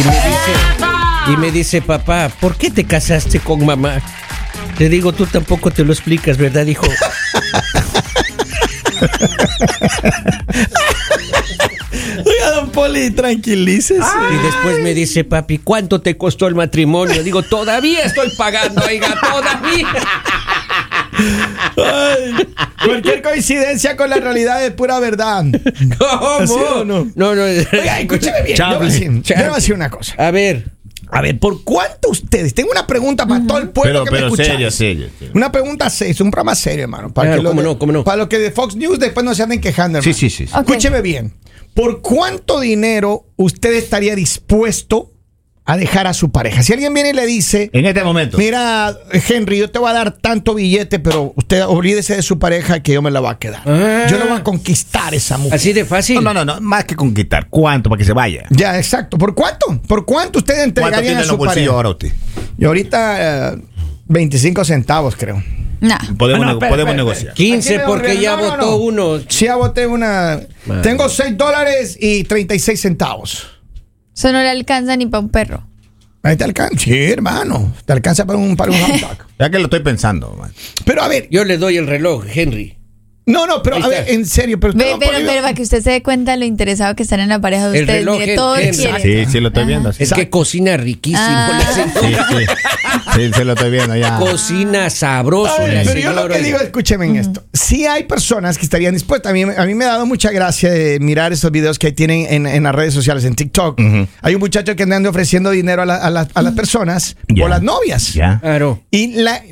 Y me dice, y me dice, papá, ¿por qué te casaste con mamá? Le digo, tú tampoco te lo explicas, ¿verdad, hijo? Oiga, don Poli, tranquilícese. Y después me dice, papi, ¿cuánto te costó el matrimonio? Digo, todavía estoy pagando, oiga, todavía. Ay, cualquier coincidencia con la realidad es pura verdad. ¿Así ¿Cómo? o no? no, no. Oiga, escúchame bien. Yo voy a Chable. decir- yo voy a Chable. decir una cosa. A ver, A ver, ¿por cuánto ustedes? Tengo una pregunta para todo el pueblo Pero, que pero me escucha. serio, serio. serio. Una pregunta seria, es un programa serio, hermano. Para Claro, que los cómo de- no, cómo no. Para los que de Fox News después no se anden quejando, Sí, hermano. sí, sí. sí. Ok. Escúcheme bien. ¿Por cuánto dinero usted estaría dispuesto a dejar a su pareja? Si alguien viene y le dice, En este momento. mira, Henry, yo te voy a dar tanto billete, pero usted olvídese de su pareja que yo me la voy a quedar. Ah. Yo no voy a conquistar esa mujer. así de fácil. No, Ah, no, no, no, más que conquistar. ¿Cuánto para que se vaya? Ya, exacto. ¿Por cuánto? ¿Por cuánto usted ¿Cuánto entregaría tiene a en los su bolsillos pareja? ahora usted? Y ahorita eh, 25 centavos, creo. Nah. Podemos, Ah, no, nego- espera, podemos espera, negociar. espera. 15 Aquí me porque volvieron. ya No, no, votó no. uno. Sí, ya boté una. Madre. Tengo 6 dólares y 36 centavos. Eso no le alcanza ni para un perro. Ahí te alcanza. Sí, hermano. Te alcanza para un, para un hot dog. Ya que lo estoy pensando. man. Pero a ver. Yo le doy el reloj, Henry. No, no, pero Ahí a está. ver, en serio. Pues, Pero, usted Ve, no pero, puede- pero para que usted se dé cuenta lo interesado que están en la pareja de El ustedes. reloj Mire, es- todos es- quieren. Sí, sí, lo estoy viendo. Sí, Es sí, que cocina riquísimo. Ah. la señora. sí, sí, sí, lo estoy viendo ya. Cocina sabroso. Ay, la pero yo lo señora, que digo, oiga. escúcheme en esto. Sí hay personas que estarían dispuestas. A mí, a mí me ha dado mucha gracia de mirar esos videos que tienen en, en las redes sociales, en TikTok. Hay un muchacho que anda ofreciendo dinero a, la- a la- a las personas Ya. o las novias. Ya. Claro. Y la-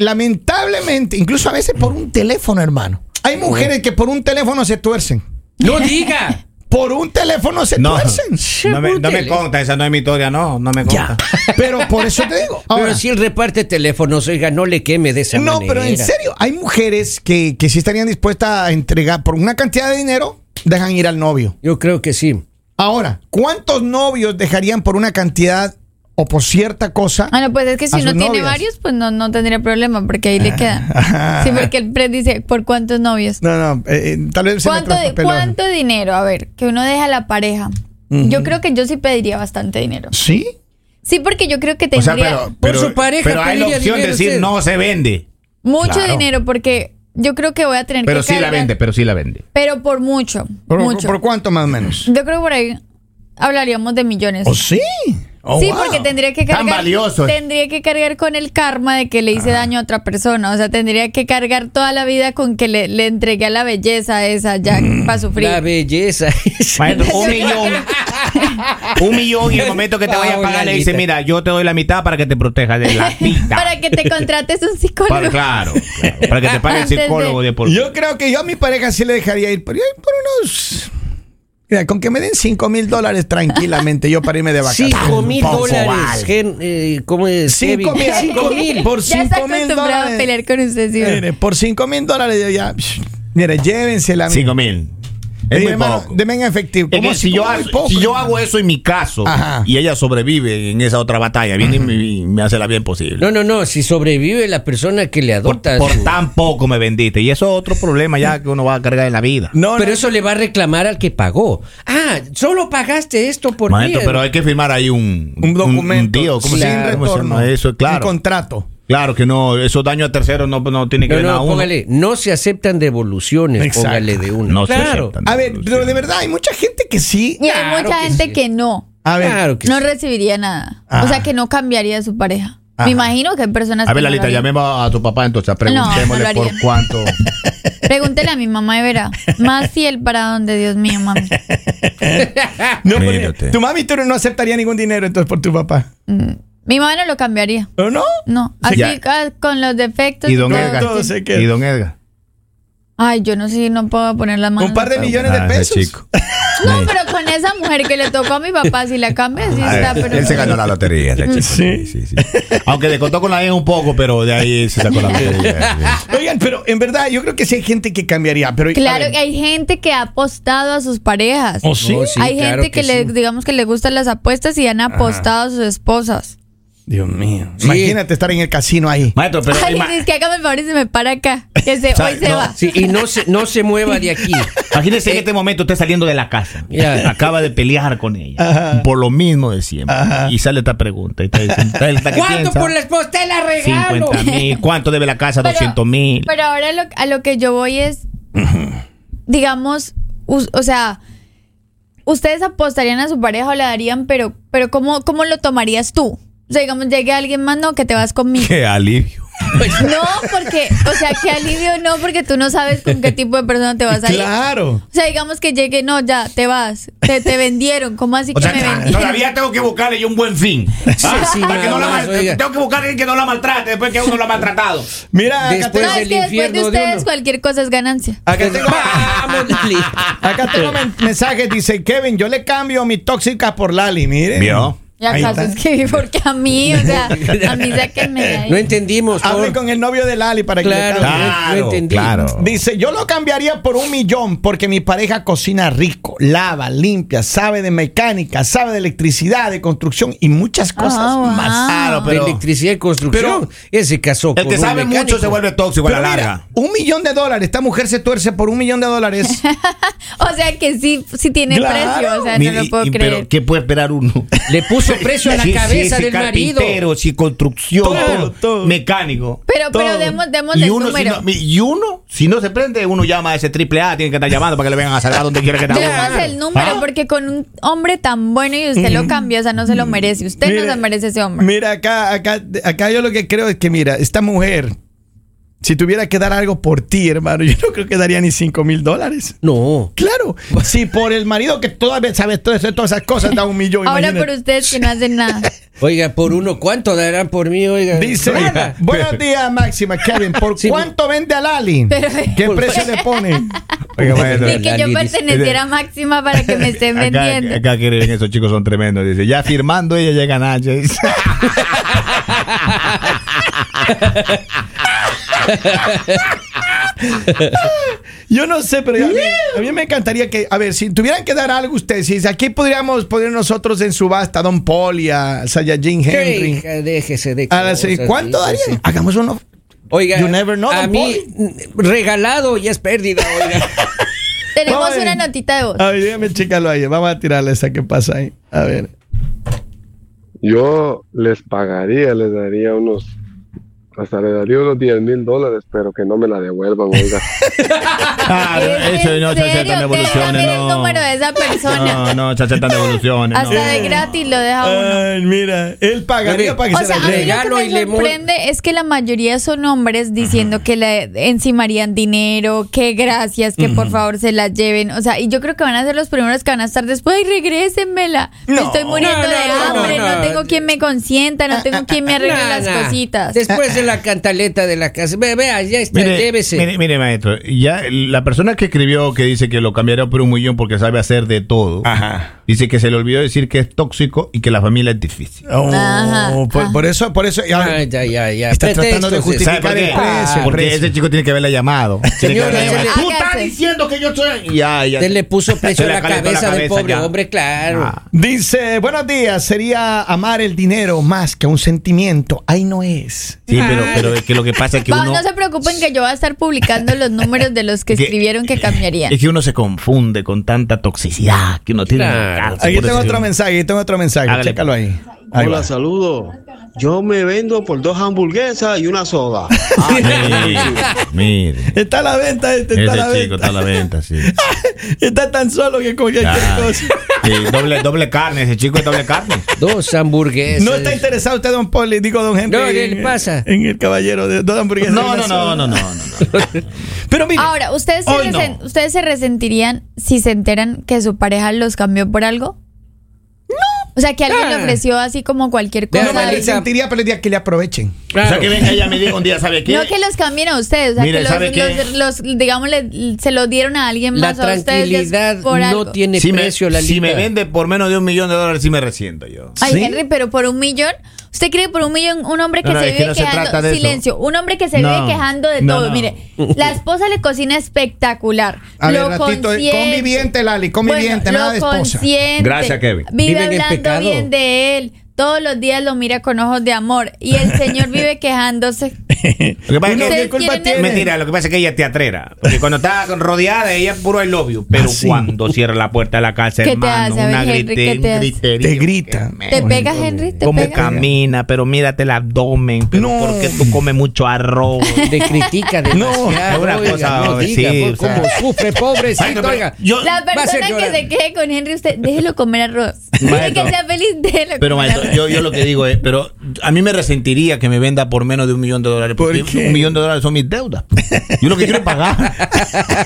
lamentablemente, incluso a veces por un teléfono, hermano. Hay mujeres que por un teléfono se tuercen. No diga. Por un teléfono se No, tuercen. no me, no me conta, esa no es mi historia, no, no me Ya. conta. Pero por eso te digo. Ahora, pero si él reparte teléfonos, oiga, no le queme de esa no, manera. pero en serio, hay mujeres que, que sí estarían dispuestas a entregar por una cantidad de dinero, dejan ir al novio. Yo creo que sí. Ahora, ¿cuántos novios dejarían por una cantidad o por cierta cosa? Ah, no, pues es que A si sus uno tiene novias. varios, pues no, no tendría problema, porque ahí le queda. Sí, porque el pre dice, ¿por cuántos novios? No, no, eh, eh, tal vez se me ¿Cuánto, de- traspapeló. cuánto dinero? A ver, que uno deja a la pareja. Yo creo que yo sí pediría bastante dinero. ¿Sí? Sí, porque yo creo que O tendría sea, pero, Por pero- su pareja pero hay la pediría opción de dinero decir usted. no se vende. mucho Claro. dinero, porque yo creo que voy a tener Pero que sí la cargar- vende, pero sí la vende. Pero por mucho, ¿Por, mucho. por cuánto más o menos? Yo creo que por ahí hablaríamos de millones. ¿O sí? Oh, sí, wow. porque tendría que Tan cargar. valioso. Tendría que cargar con el karma de que le hice daño a otra persona. O sea, tendría que cargar toda la vida con que le, le entregué a la belleza esa ya para sufrir. La belleza. Maestro, un millón. Un millón y el momento que te vaya a Paola, pagar le dice, Anita. mira, yo te doy la mitad para que te protejas de la tita. para que te contrates un Para- psicólogo. claro, claro, para que te pague el Antes de- psicólogo de por Yo creo que yo a mi pareja sí le dejaría ir, pero yo por unos. Mira, con que me den 5 mil dólares tranquilamente yo para irme de vacaciones. 5 mil Por dólares. favor. Gen- eh, ¿Cómo es? Cinco Kevin? mil. Cinco mil. Por ya está 5 mil acostumbrado a dólares. pelear con usted, sí. Mire, Eh, por 5 mil dólares yo ya. psh, Mire, llévensela. Cinco mil. Es Mire, muy hermano, poco. Deme en efectivo. Es que ¿Cómo si, yo, cómo hago- muy poco, si yo hermano? hago eso en mi caso Ajá. y ella sobrevive en esa otra batalla, viene y me, y me hace la bien posible. No, no, no. Si sobrevive la persona que le por, adopta. por su- tan poco me vendiste. Y eso es otro problema ya que uno va a cargar en la vida. No, Pero no. eso le va a reclamar al que pagó. Ah, solo pagaste esto por mí. Maestro, pero hay que firmar ahí un, Un documento deal, ¿cómo se- sin cómo se retorno. llama eso, Un claro. contrato. Claro que no, esos daños a terceros no, no tiene que No, ver nada no, uno. póngale, no se aceptan devoluciones, Exacto. póngale de uno. No se claro. aceptan. A ver, pero de verdad hay mucha gente que sí. Y hay Claro mucha que gente sí. que no. A ver. Claro que No sí. recibiría nada. Ajá. O sea, que no cambiaría de su pareja. Ajá. Me imagino que hay personas A ver, que no lo Lalita, harían. llamemos a tu papá entonces, No, no preguntémosle lo haría. por cuánto. Pregúntele a mi mamá y verá. Más fiel para donde, Dios mío, mami. No, Mire porque usted. tu mami tú no aceptaría ningún dinero entonces por tu papá. Mi mamá no lo cambiaría. ¿O no? No, así Ya. ah, con los defectos. y don todo, Edgar. todo se queda. Y don Edgar. Ay, yo no sé, no puedo poner las manos. Un par de millones de Ah, ese pesos. chico. No, pero con esa mujer que le tocó a mi papá, si la cambia, sí A está, ver, pero. Él se ganó la lotería, ese chico. Sí, sí, sí. Aunque descontó con la E un poco, pero de ahí se sacó la lotería. Oigan, pero en verdad yo creo que sí hay gente que cambiaría. Pero, a Claro ver, que hay gente que ha apostado a sus parejas. Oh, ¿O ¿Oh, sí? No, Oh, sí, hay claro gente que, le, sí. digamos que le gustan las apuestas y han apostado a sus esposas. Dios mío. Sí. Imagínate estar en el casino ahí. Maestro, pero. Ay, ima- es que hágame el favor y se me para acá. Que se, hoy ¿Sabe? se No, va. Sí, y no se, no se mueva de aquí. Imagínese Eh. en este momento usted saliendo de la casa. Ya. Acaba de pelear con ella. Por lo mismo de siempre. Y sale esta pregunta. y está diciendo, está el- está que ¿Cuánto piensa, por la esposa te la regalo? 50 mil. ¿Cuánto debe la casa? Pero- 200 mil. Pero ahora lo- a lo que yo voy es, digamos, us- o sea, ustedes apostarían a su pareja o le darían, pero, pero ¿cómo, cómo lo tomarías tú? O sea, digamos, llegue alguien más, no, que te vas conmigo. Qué alivio. No, porque, o sea, qué alivio, no, porque tú no sabes con qué tipo de persona te vas a ir. Claro. O sea, digamos que llegue, no, ya, te vas, te, te vendieron, ¿cómo así O que sea, me vendieron? todavía tengo que buscarle yo un buen fin. Ah, sí, para que no la nada más, mal- oiga. tengo que buscar a alguien que no la maltrate después que uno la ha maltratado. Mira, acá Después no, del es que después infierno de de ustedes uno. cualquier cosa es ganancia. Acá tengo, Vamos, Lali. acá tengo men- mensajes. Dice Kevin, yo le cambio mi tóxica por Lali. Mire. ¿Vio? Ya Ahí acaso está. es que porque a mí, o sea, a mí sáquenme de ahí. No entendimos. Hable por- con el novio de Lali para que Claro. le cambie. no Claro, entendí. claro. Dice, yo lo cambiaría por un millón porque mi pareja cocina rico, lava, limpia, sabe de mecánica, sabe de electricidad, de construcción y muchas cosas Ah, wow. más. Claro, de electricidad y construcción. Ese casó El con que un sabe mecánico. mucho se vuelve tóxico a la Pero mira, larga. un millón de dólares. Esta mujer se tuerce por un millón de dólares. O sea que sí, sí tiene Claro. precio, o sea, Mire, no y- lo puedo y- creer. Pero, ¿qué puede esperar uno? Le puso precio a la Sí, cabeza sí, del sí, marido. carpintero, sí, construcción, Todo, todo, todo. mecánico. Pero, pero todo. demos, demos Y el uno, si número. no, y uno, si no se prende, uno llama a ese triple A, tiene que estar llamando para que le vengan a salvar donde quiera que te Demos el número, Ah. porque con un hombre tan bueno y usted lo cambia, o sea, no se Mm. lo merece. Usted no Mire, se merece ese hombre. Mira, acá, acá, acá yo lo que creo es que, mira, esta mujer, si tuviera que dar algo por ti, hermano, yo no creo que daría ni 5 mil dólares. No. Claro, si por el marido que todavía sabe todo eso, todas esas cosas da un millón. Ahora por imagínate. ustedes que no hacen nada. Oiga, por uno, ¿cuánto darán por mí? Oiga, Dice, Nada. buenos días, Máxima, Kevin, ¿por Sí, cuánto vende a Lali? Pero- ¿Qué precio le pone? Pero Ni que yo Lali dice- perteneciera a Máxima para que me estén vendiendo. Acá, que esos chicos son tremendos. Dice, ya firmando ella llega Nacho. Yo no sé, pero a mí, a mí me encantaría que, a ver, si tuvieran que dar algo ustedes, si aquí podríamos poner nosotros en subasta a Don Poli, a Sayajin ¿Qué Henry. hija? déjese de A las- cosas, ¿Cuánto dice, darían? sí. Hagamos uno. Oiga, You never know, a don mí regalado y es pérdida, oiga. Tenemos Ay. una notita de voz. A ver, dígame, chícalo ahí. Vamos a tirarle esa que pasa ahí. A ver. Yo les pagaría, les daría unos, hasta le daría unos 10 mil dólares, pero que no me la devuelvan, oiga. Claro, ¿Es Ah, eso en no, serio? chachatan de Ustedes evoluciones, también el no. número de esa persona. No, no, chachatan de evoluciones. Hasta no. de gratis lo deja uno. mira, él pagaría para que O sea, a mí regalo lo que y me le mu- sorprende es que la mayoría son hombres diciendo que le encimarían dinero, que gracias, que por favor se la lleven. O sea, y yo creo que van a ser los primeros que van a estar después, ay, regrésenmela. Me No, estoy muriendo no, de no, no, hambre, no, no. tengo quien me consienta, no tengo quien me arregle Nah, las nah. cositas. Después de la cantaleta de la casa. Ve, vea, ya está, Mire, llévese. mire, mire, maestro, ya la persona que escribió que dice que lo cambiaría por un millón porque sabe hacer de todo, Ajá. dice que se le olvidó decir que es tóxico y que la familia es difícil. Oh, Ajá, por, ajá. por eso, por eso. y ahora- Ay, Ah, ya, ya, ya. Está tratando de Pretextos, justificar ¿sabe por qué? Ah. el precio, el porque precio. ese chico tiene que haberla llamado. Tiene que Señor, haberla ese llamado. le- Tú estás Hágase. diciendo que yo soy. Ya, ya. Usted le puso precio Se a le la calentó la cabeza, del cabeza, pobre ya. hombre, claro. Ah. Dice, buenos días, sería amar el dinero más que un sentimiento. Ahí no es. Sí, pero, Ah. pero es que lo que pasa es que Va, uno. no se preocupen que yo voy a estar publicando los números de los que que- escribieron que cambiarían. Es que uno se confunde con tanta toxicidad que uno tiene. en la Claro. cabeza. Aquí Por eso tengo es otro que- mensaje, aquí tengo otro mensaje. Hágale. Chécalo ahí. Ahí Hola, va. saludo. Yo me vendo por dos hamburguesas y una soda. Ah, sí, Mire. Está a la venta este, está a la Ese chico venta. está a la venta, sí. Está tan solo que con cualquier Ah, cosa. sí, doble, doble carne, ese chico es doble carne. Dos hamburguesas. No está interesado usted, don Poli, digo don Henry. No, ¿qué le en- pasa? En el caballero de Don Hamburguesa. No, no, no, no, no, no. no. Pero mire, Ahora, ¿ustedes se, Hoy no. resen- ¿ustedes se resentirían si se enteran que su pareja los cambió por algo? No. O sea, que alguien le Ah. ofreció así como cualquier Déjame cosa. no me resentiría, pero el día que le aprovechen. Claro. O sea, que venga ella y me diga un día, ¿sabe qué? No que los cambien a ustedes, o sea, Mire, que ¿sabe qué? los, los- los, digamos, le- se lo dieron a alguien la más a ustedes ya es tranquilidad por no algo. tiene si me, precio, la si me vende por menos de un millón de dólares, sí me resiento yo. Ay, ¿Sí? Henry, pero por un millón, ¿usted cree que por un millón un hombre que No, no, se es que vive no se quejando? trata de eso. silencio, un hombre que se No. vive quejando de No, todo. no. Mire, la esposa le cocina espectacular. A ver, lo ratito, eh, consiente. conviviente, Lali, conviviente, Bueno, nada de lo esposa. consiente. Gracias, Kevin. Vive Viven en hablando pecado. bien de él. todos los días lo mira con ojos de amor y el señor vive quejándose. Lo que pasa Uno, es que ¿Ustedes ¿qué culpa quieren tiene? Mentira, lo que pasa es que ella es teatrera. Porque cuando está rodeada, ella es puro I love you. Pero Ah, sí. cuando cierra la puerta de la casa, ¿Qué te hermano, hace, a ver, una Henry, grite- qué te hace? gritería. Te grita. ¿Te pega, Henry? ¿Te Cómo pega? camina, pero mírate el abdomen. Pero No. ¿por qué tú comes mucho arroz? Te critica No, es demasiado. una oiga, cosa, no sí, diga, o por- sea. cómo sufre, Bueno, pobrecito, pero oiga. yo- La Va a ser persona que llorar. se queje con Henry, usted déjelo comer arroz. Dile Maestro. que sea feliz, déjelo Pero comer maestro, arroz. yo, yo lo que digo es, pero a mí me resentiría que me venda por menos de un millón de dólares. ¿Por Porque qué? un millón de dólares son mis deudas. Yo lo que quiero es pagar.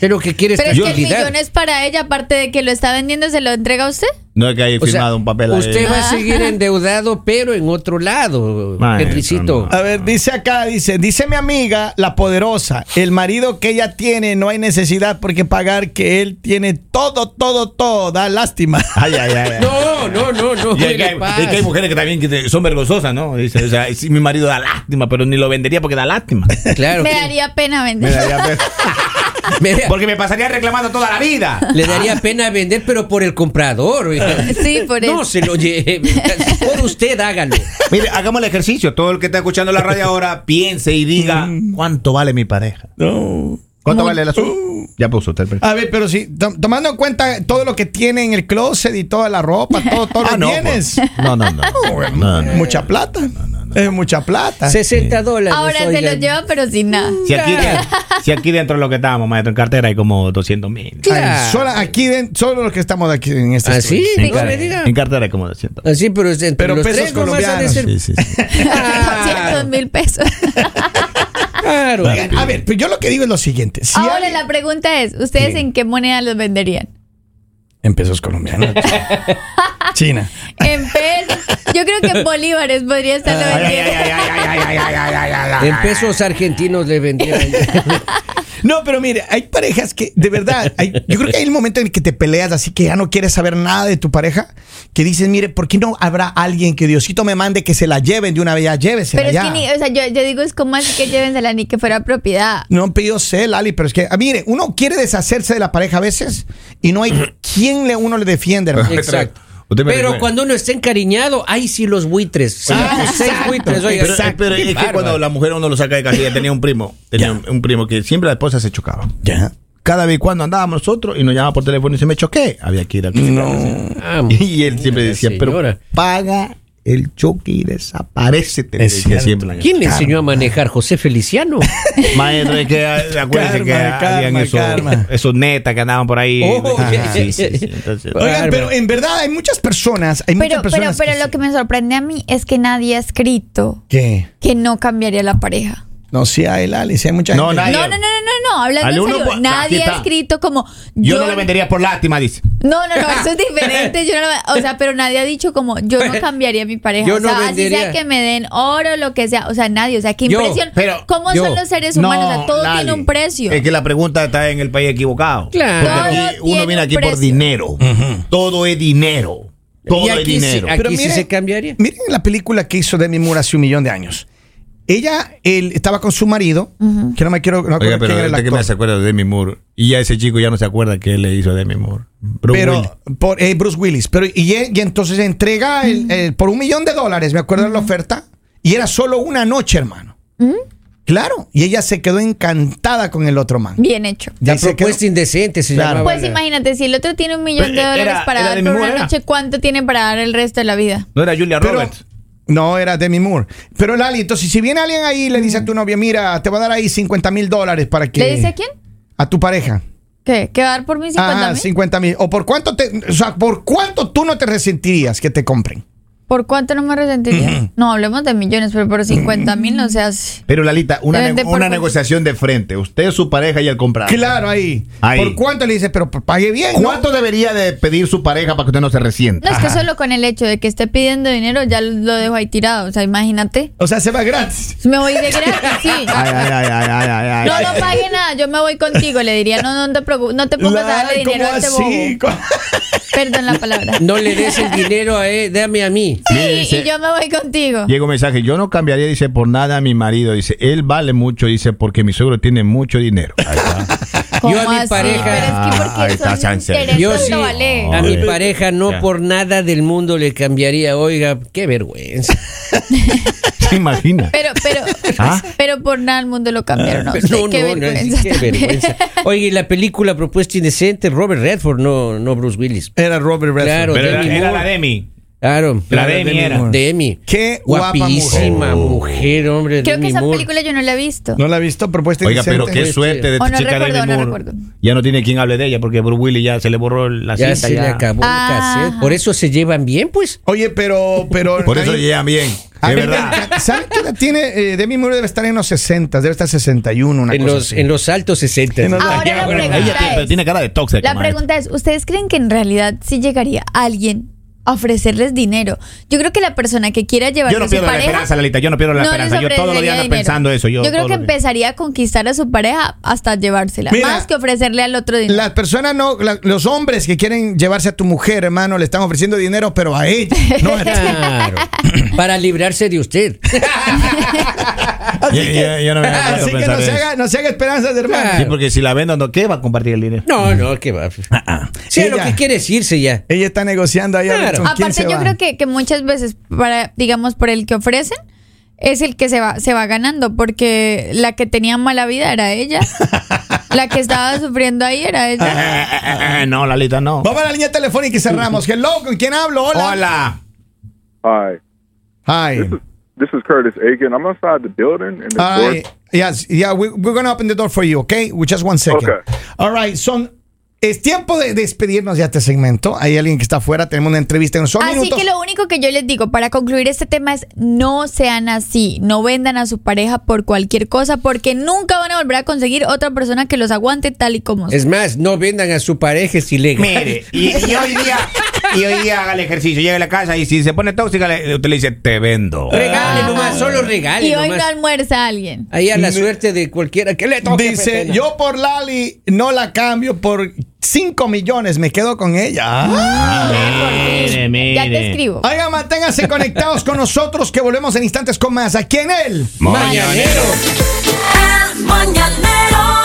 Pero que quieres Pero es que el tranquilidad. millón es para ella, aparte de que lo está vendiendo, se lo entrega a usted. No es que haya O sea, firmado un papel ahí. Usted Ah. va a seguir endeudado, pero en otro lado, Maestro, Henrycito. no. A ver, dice acá, dice, dice mi amiga, la poderosa, el marido que ella tiene no hay necesidad por qué pagar, que él tiene todo, todo, todo, da lástima. Ay, ay, ay. ay. No, no, no, no. Y es ¿qué que, le hay, pasa? es que hay mujeres que también que te- son vergonzosas, ¿no? Dice, o sea, sí, mi marido da lástima, pero ni lo vendería porque da lástima. Claro. Me que- daría pena Me vender. daría pena. me da- Porque me pasaría reclamando toda la vida. le daría pena vender, pero por el comprador. oiga. Sí, por eso. No se lo lleve. Por usted hágalo. Mire, hagamos el ejercicio. Todo el que está escuchando la radio ahora piense y diga Mm. cuánto vale mi pareja. ¿Cuánto vale el azul? Ya puso usted. pero- A ver, pero si, tom- tomando en cuenta todo lo que tiene en el closet y toda la ropa, todo, todo Ah, lo no, tienes. pues. No, no, no. No, no. Mucha plata. Es mucha plata. 60 dólares. Ahora se oiga. lo lleva, pero sin nada. Si aquí, si aquí dentro de lo que estábamos, maestro, en cartera hay como 200 mil. Ay, Claro. solo aquí, den- solo los que estamos aquí en Ah, este Así, estudio. no claro. me Ah, diga. En cartera hay como 200. Así, pero entre Pero los pesos tres nomás ha de colombianos. ser- Sí, sí, sí. Claro, 200 mil pesos. claro. Oigan, A ver, pero yo lo que digo es lo siguiente. Si Ahora alguien- Ah, la pregunta es, ¿ustedes en qué moneda los venderían? En pesos colombianos. China. En pesos. Yo creo que en bolívares podría Ah, estarlo vendiendo. En pesos argentinos le vendieron. No, pero mire, hay parejas que, de verdad, hay- yo creo que hay el momento en el que te peleas, así que ya no quieres saber nada de tu pareja, que dices, mire, ¿por qué no habrá alguien que Diosito me mande que se la lleven de una vez ya? Llévesela Pero es ya. que ni, eh, o sea, yo, yo digo, es como así que llévensela ni que fuera propiedad. No han pedido sé, Lali, pero es que, ah, mire, uno quiere deshacerse de la pareja a veces y no hay quien le, uno le defiende, hermano. Exacto. Usted me recuerda. Pero cuando uno está encariñado, ahí sí los buitres. Cinco, seis buitres, oiga. Pero, eh, pero Qué es que bárbaro. cuando la mujer uno lo saca de casilla, tenía un primo, tenía Ya. un, un primo que siempre la esposa se chocaba. Ya. Cada vez cuando andábamos nosotros y nos llamaba por teléfono y se me choqué, había que ir a Ah, Y él siempre mira, decía, señora. pero paga el choque y desaparece. Es cierto. ¿Quién le enseñó a manejar? José Feliciano. Maestro, es que ah, acuérdense Karma, que karma, habían esos, karma. esos netas que andaban por ahí. Oh, Ajá, ya, sí, ya, sí, sí. ya. Entonces, Oigan, Bárbaro. pero en verdad hay muchas personas, hay Pero, muchas pero, personas. pero lo que me sorprende a mí es que nadie ha escrito ¿Qué? que no cambiaría la pareja. No, sí hay, Lali, sí hay mucha No, gente. nadie. No, no, no, no, no, no, hablando Al en uno, serio, pues, aquí nadie está. ha escrito como yo no la vendería por lástima, dice. No, no, no, eso es diferente. Yo no la- o sea, pero nadie ha dicho como yo no cambiaría a mi pareja. Yo o no sea, vendería. así sea que me den oro, lo que sea. O sea, nadie. O sea, qué Yo, impresión. pero ¿Cómo yo. son los seres humanos? o sea, todo Lali, tiene un precio. Es que la pregunta está en el país equivocado. Claro. Porque aquí uno Todo tiene viene un aquí por precio. dinero. Todo es dinero. Todo Y es aquí sí, dinero. aquí- Pero sí se cambiaría. Miren la película que hizo Demi Moore hace un millón de años. Ella él, estaba con su marido, que no me quiero. No me acuerdo Oiga, pero quién era el ahorita que me actor. se acuerda de Demi Moore. Y ya ese chico ya no se acuerda que él le hizo a Demi Moore. Bruce Willis. pero por eh, Bruce Willis. Pero, y, eh, y entonces entrega el, el- por un millón de dólares, me acuerdo de la oferta, y era solo una noche, hermano. Claro, y ella se quedó encantada con el otro man. Bien hecho. La Y se propuesta indecente se Claro. llamaba. Pues imagínate, si el otro tiene un millón Pero, de Ah, eh, dólares era- para era dar de por mi una mujer, noche, ¿cuánto tiene para dar el resto de la vida? No era Julia Pero- Roberts. No, era Demi Moore. Pero Lali, entonces si viene alguien ahí y le dice a tu novia, mira, te voy a dar ahí 50 mil dólares para que... ¿Le dice a quién? A tu pareja. ¿Qué? ¿Que va a dar por mí Ah, 50 Ajá, mil? 50 Ah, mil. ¿O por cuánto te, o sea, por cuánto tú no te resentirías que te compren? ¿Por cuánto no me resentiría? No, hablemos de millones, pero por 50 mil no seas... Pero Lalita, una, De- ne- de por- una negociación de frente. Usted, su pareja y el comprador. Claro, ahí. Ah. Ahí. ¿Por cuánto le dices? Pero pague bien. ¿no? ¿Cuánto debería de pedir su pareja para que usted no se resienta? No, es que solo con el hecho de que esté pidiendo dinero ya lo dejo ahí tirado. O sea, imagínate. O Pues sea, se va gratis. Me voy de gratis, sí. Ay, ay, ay, ay, ay, ay, ay. No, no pague nada, yo me voy contigo, le diría. No, no te preocupes, no te pongas a darle Lali, dinero a este bobo. ¿Cómo? Perdón la palabra. No le des el dinero a él, dame a mí. mí. Sí, Mire, dice- y yo me voy contigo. Llega un mensaje, yo no cambiaría, dice, por nada a mi marido. Dice, él vale mucho, dice, porque mi suegro tiene mucho dinero. Ahí está. Yo a mi pareja- Pero es que porque Ah, ahí está, son Sánchez. intereses, Yo no sí, vale. a mi Ay. pareja no Ya. por nada del mundo le cambiaría. Oiga, qué vergüenza. ¿Se imagina? Pero, pero, Ah. pero por nada el mundo lo cambiaron. a Pero usted. no, qué no, no, vergüenza. qué también. vergüenza. Oiga, y la película propuesta indecente, Robert Redford, no, no Bruce Willis. Era Robert Redford. Claro, Pero era, Demi era Moore. la Demi. Claro. La Demi era. Demi. Qué guapa guapísima mujer, hombre. Creo que Demi esa Moore. película yo no la he visto. ¿No la ha visto? Propuesta Oiga, pero indecente. qué suerte de O no chica recuerdo, Demi no Moore. recuerdo. Ya no tiene quien hable de ella porque Bruce Willis ya se le borró la Ya cinta. se ya. le acabó Ah. el cassette. Por eso se llevan bien, pues. Oye, pero. pero Por eso ahí- llegan bien. A De mí me verdad. encanta. ¿Sabe qué edad tiene? Eh, Demi Moore debe estar en los 60, debe estar 61, una En cosa los, así. en los altos 60. En los- Ahora la pregunta Ella tiene, pero es- tiene cara de tóxica. La maestro. pregunta es, ¿ustedes creen que en realidad sí llegaría alguien a ofrecerles dinero? Yo creo que la persona que quiera llevar Yo no a su pierdo la pareja esperanza, Lalita. Yo no pierdo la no les esperanza. Yo todos los ofrecería días ando dinero. pensando eso. Yo, todos creo que los días. empezaría a conquistar a su pareja hasta llevársela, Mira, más que ofrecerle al otro dinero. Las personas no, la- los hombres que quieren llevarse a tu mujer, hermano, le están ofreciendo dinero, pero a ella. No, a ti. Claro. Para librarse de usted. Yo, yo- yo no me había puesto a Así que pensar no se, eso. haga, no se haga esperanzas, hermano. Claro. Sí, porque si la vendo, ¿no? ¿qué va a compartir el dinero? No, no, que va. Sí, a lo Ella- que quiere es irse ya. Ella está negociando ahí a ver Claro. con quién Aparte, se yo va. creo que, que muchas veces, para, digamos, por el que ofrecen, es el que se va, se va ganando, porque la que tenía mala vida era ella. la que estaba sufriendo ahí era ella. Eh, eh, eh, no, Lalita, no. Vamos a la línea telefónica y cerramos. Hello, ¿con quién hablo? Hola. Hola. Hi, Hi. this is Curtis Aiken. I'm outside the building and the Hi. door. Yes, yeah, we, we're going to open the door for you, okay? We Just one second. Okay. All right, son. Es tiempo de despedirnos ya de este segmento. Hay alguien que está afuera, tenemos una entrevista en unos Así minutos. que lo único que yo les digo para concluir este tema es no sean así, no vendan a su pareja por cualquier cosa, porque nunca van a volver a conseguir otra persona que los aguante tal y como son. Es más, no vendan a su pareja, es ilegal. Mire, y, y hoy día, y hoy día haga el ejercicio, llega a la casa y si se pone tóxica, le- usted le dice, te vendo. Regale Ah. nomás, solo regale Y hoy no nomás. almuerza a alguien. Ahí a la suerte de cualquiera que le toque. Dice, pepena. yo por Lali no la cambio por 5 millones, me quedo con ella. Ah. Mire, Eh, mire. Ya te escribo. Oiga, manténganse conectados con nosotros que volvemos en instantes con más aquí en él. Mañanero. El Mañanero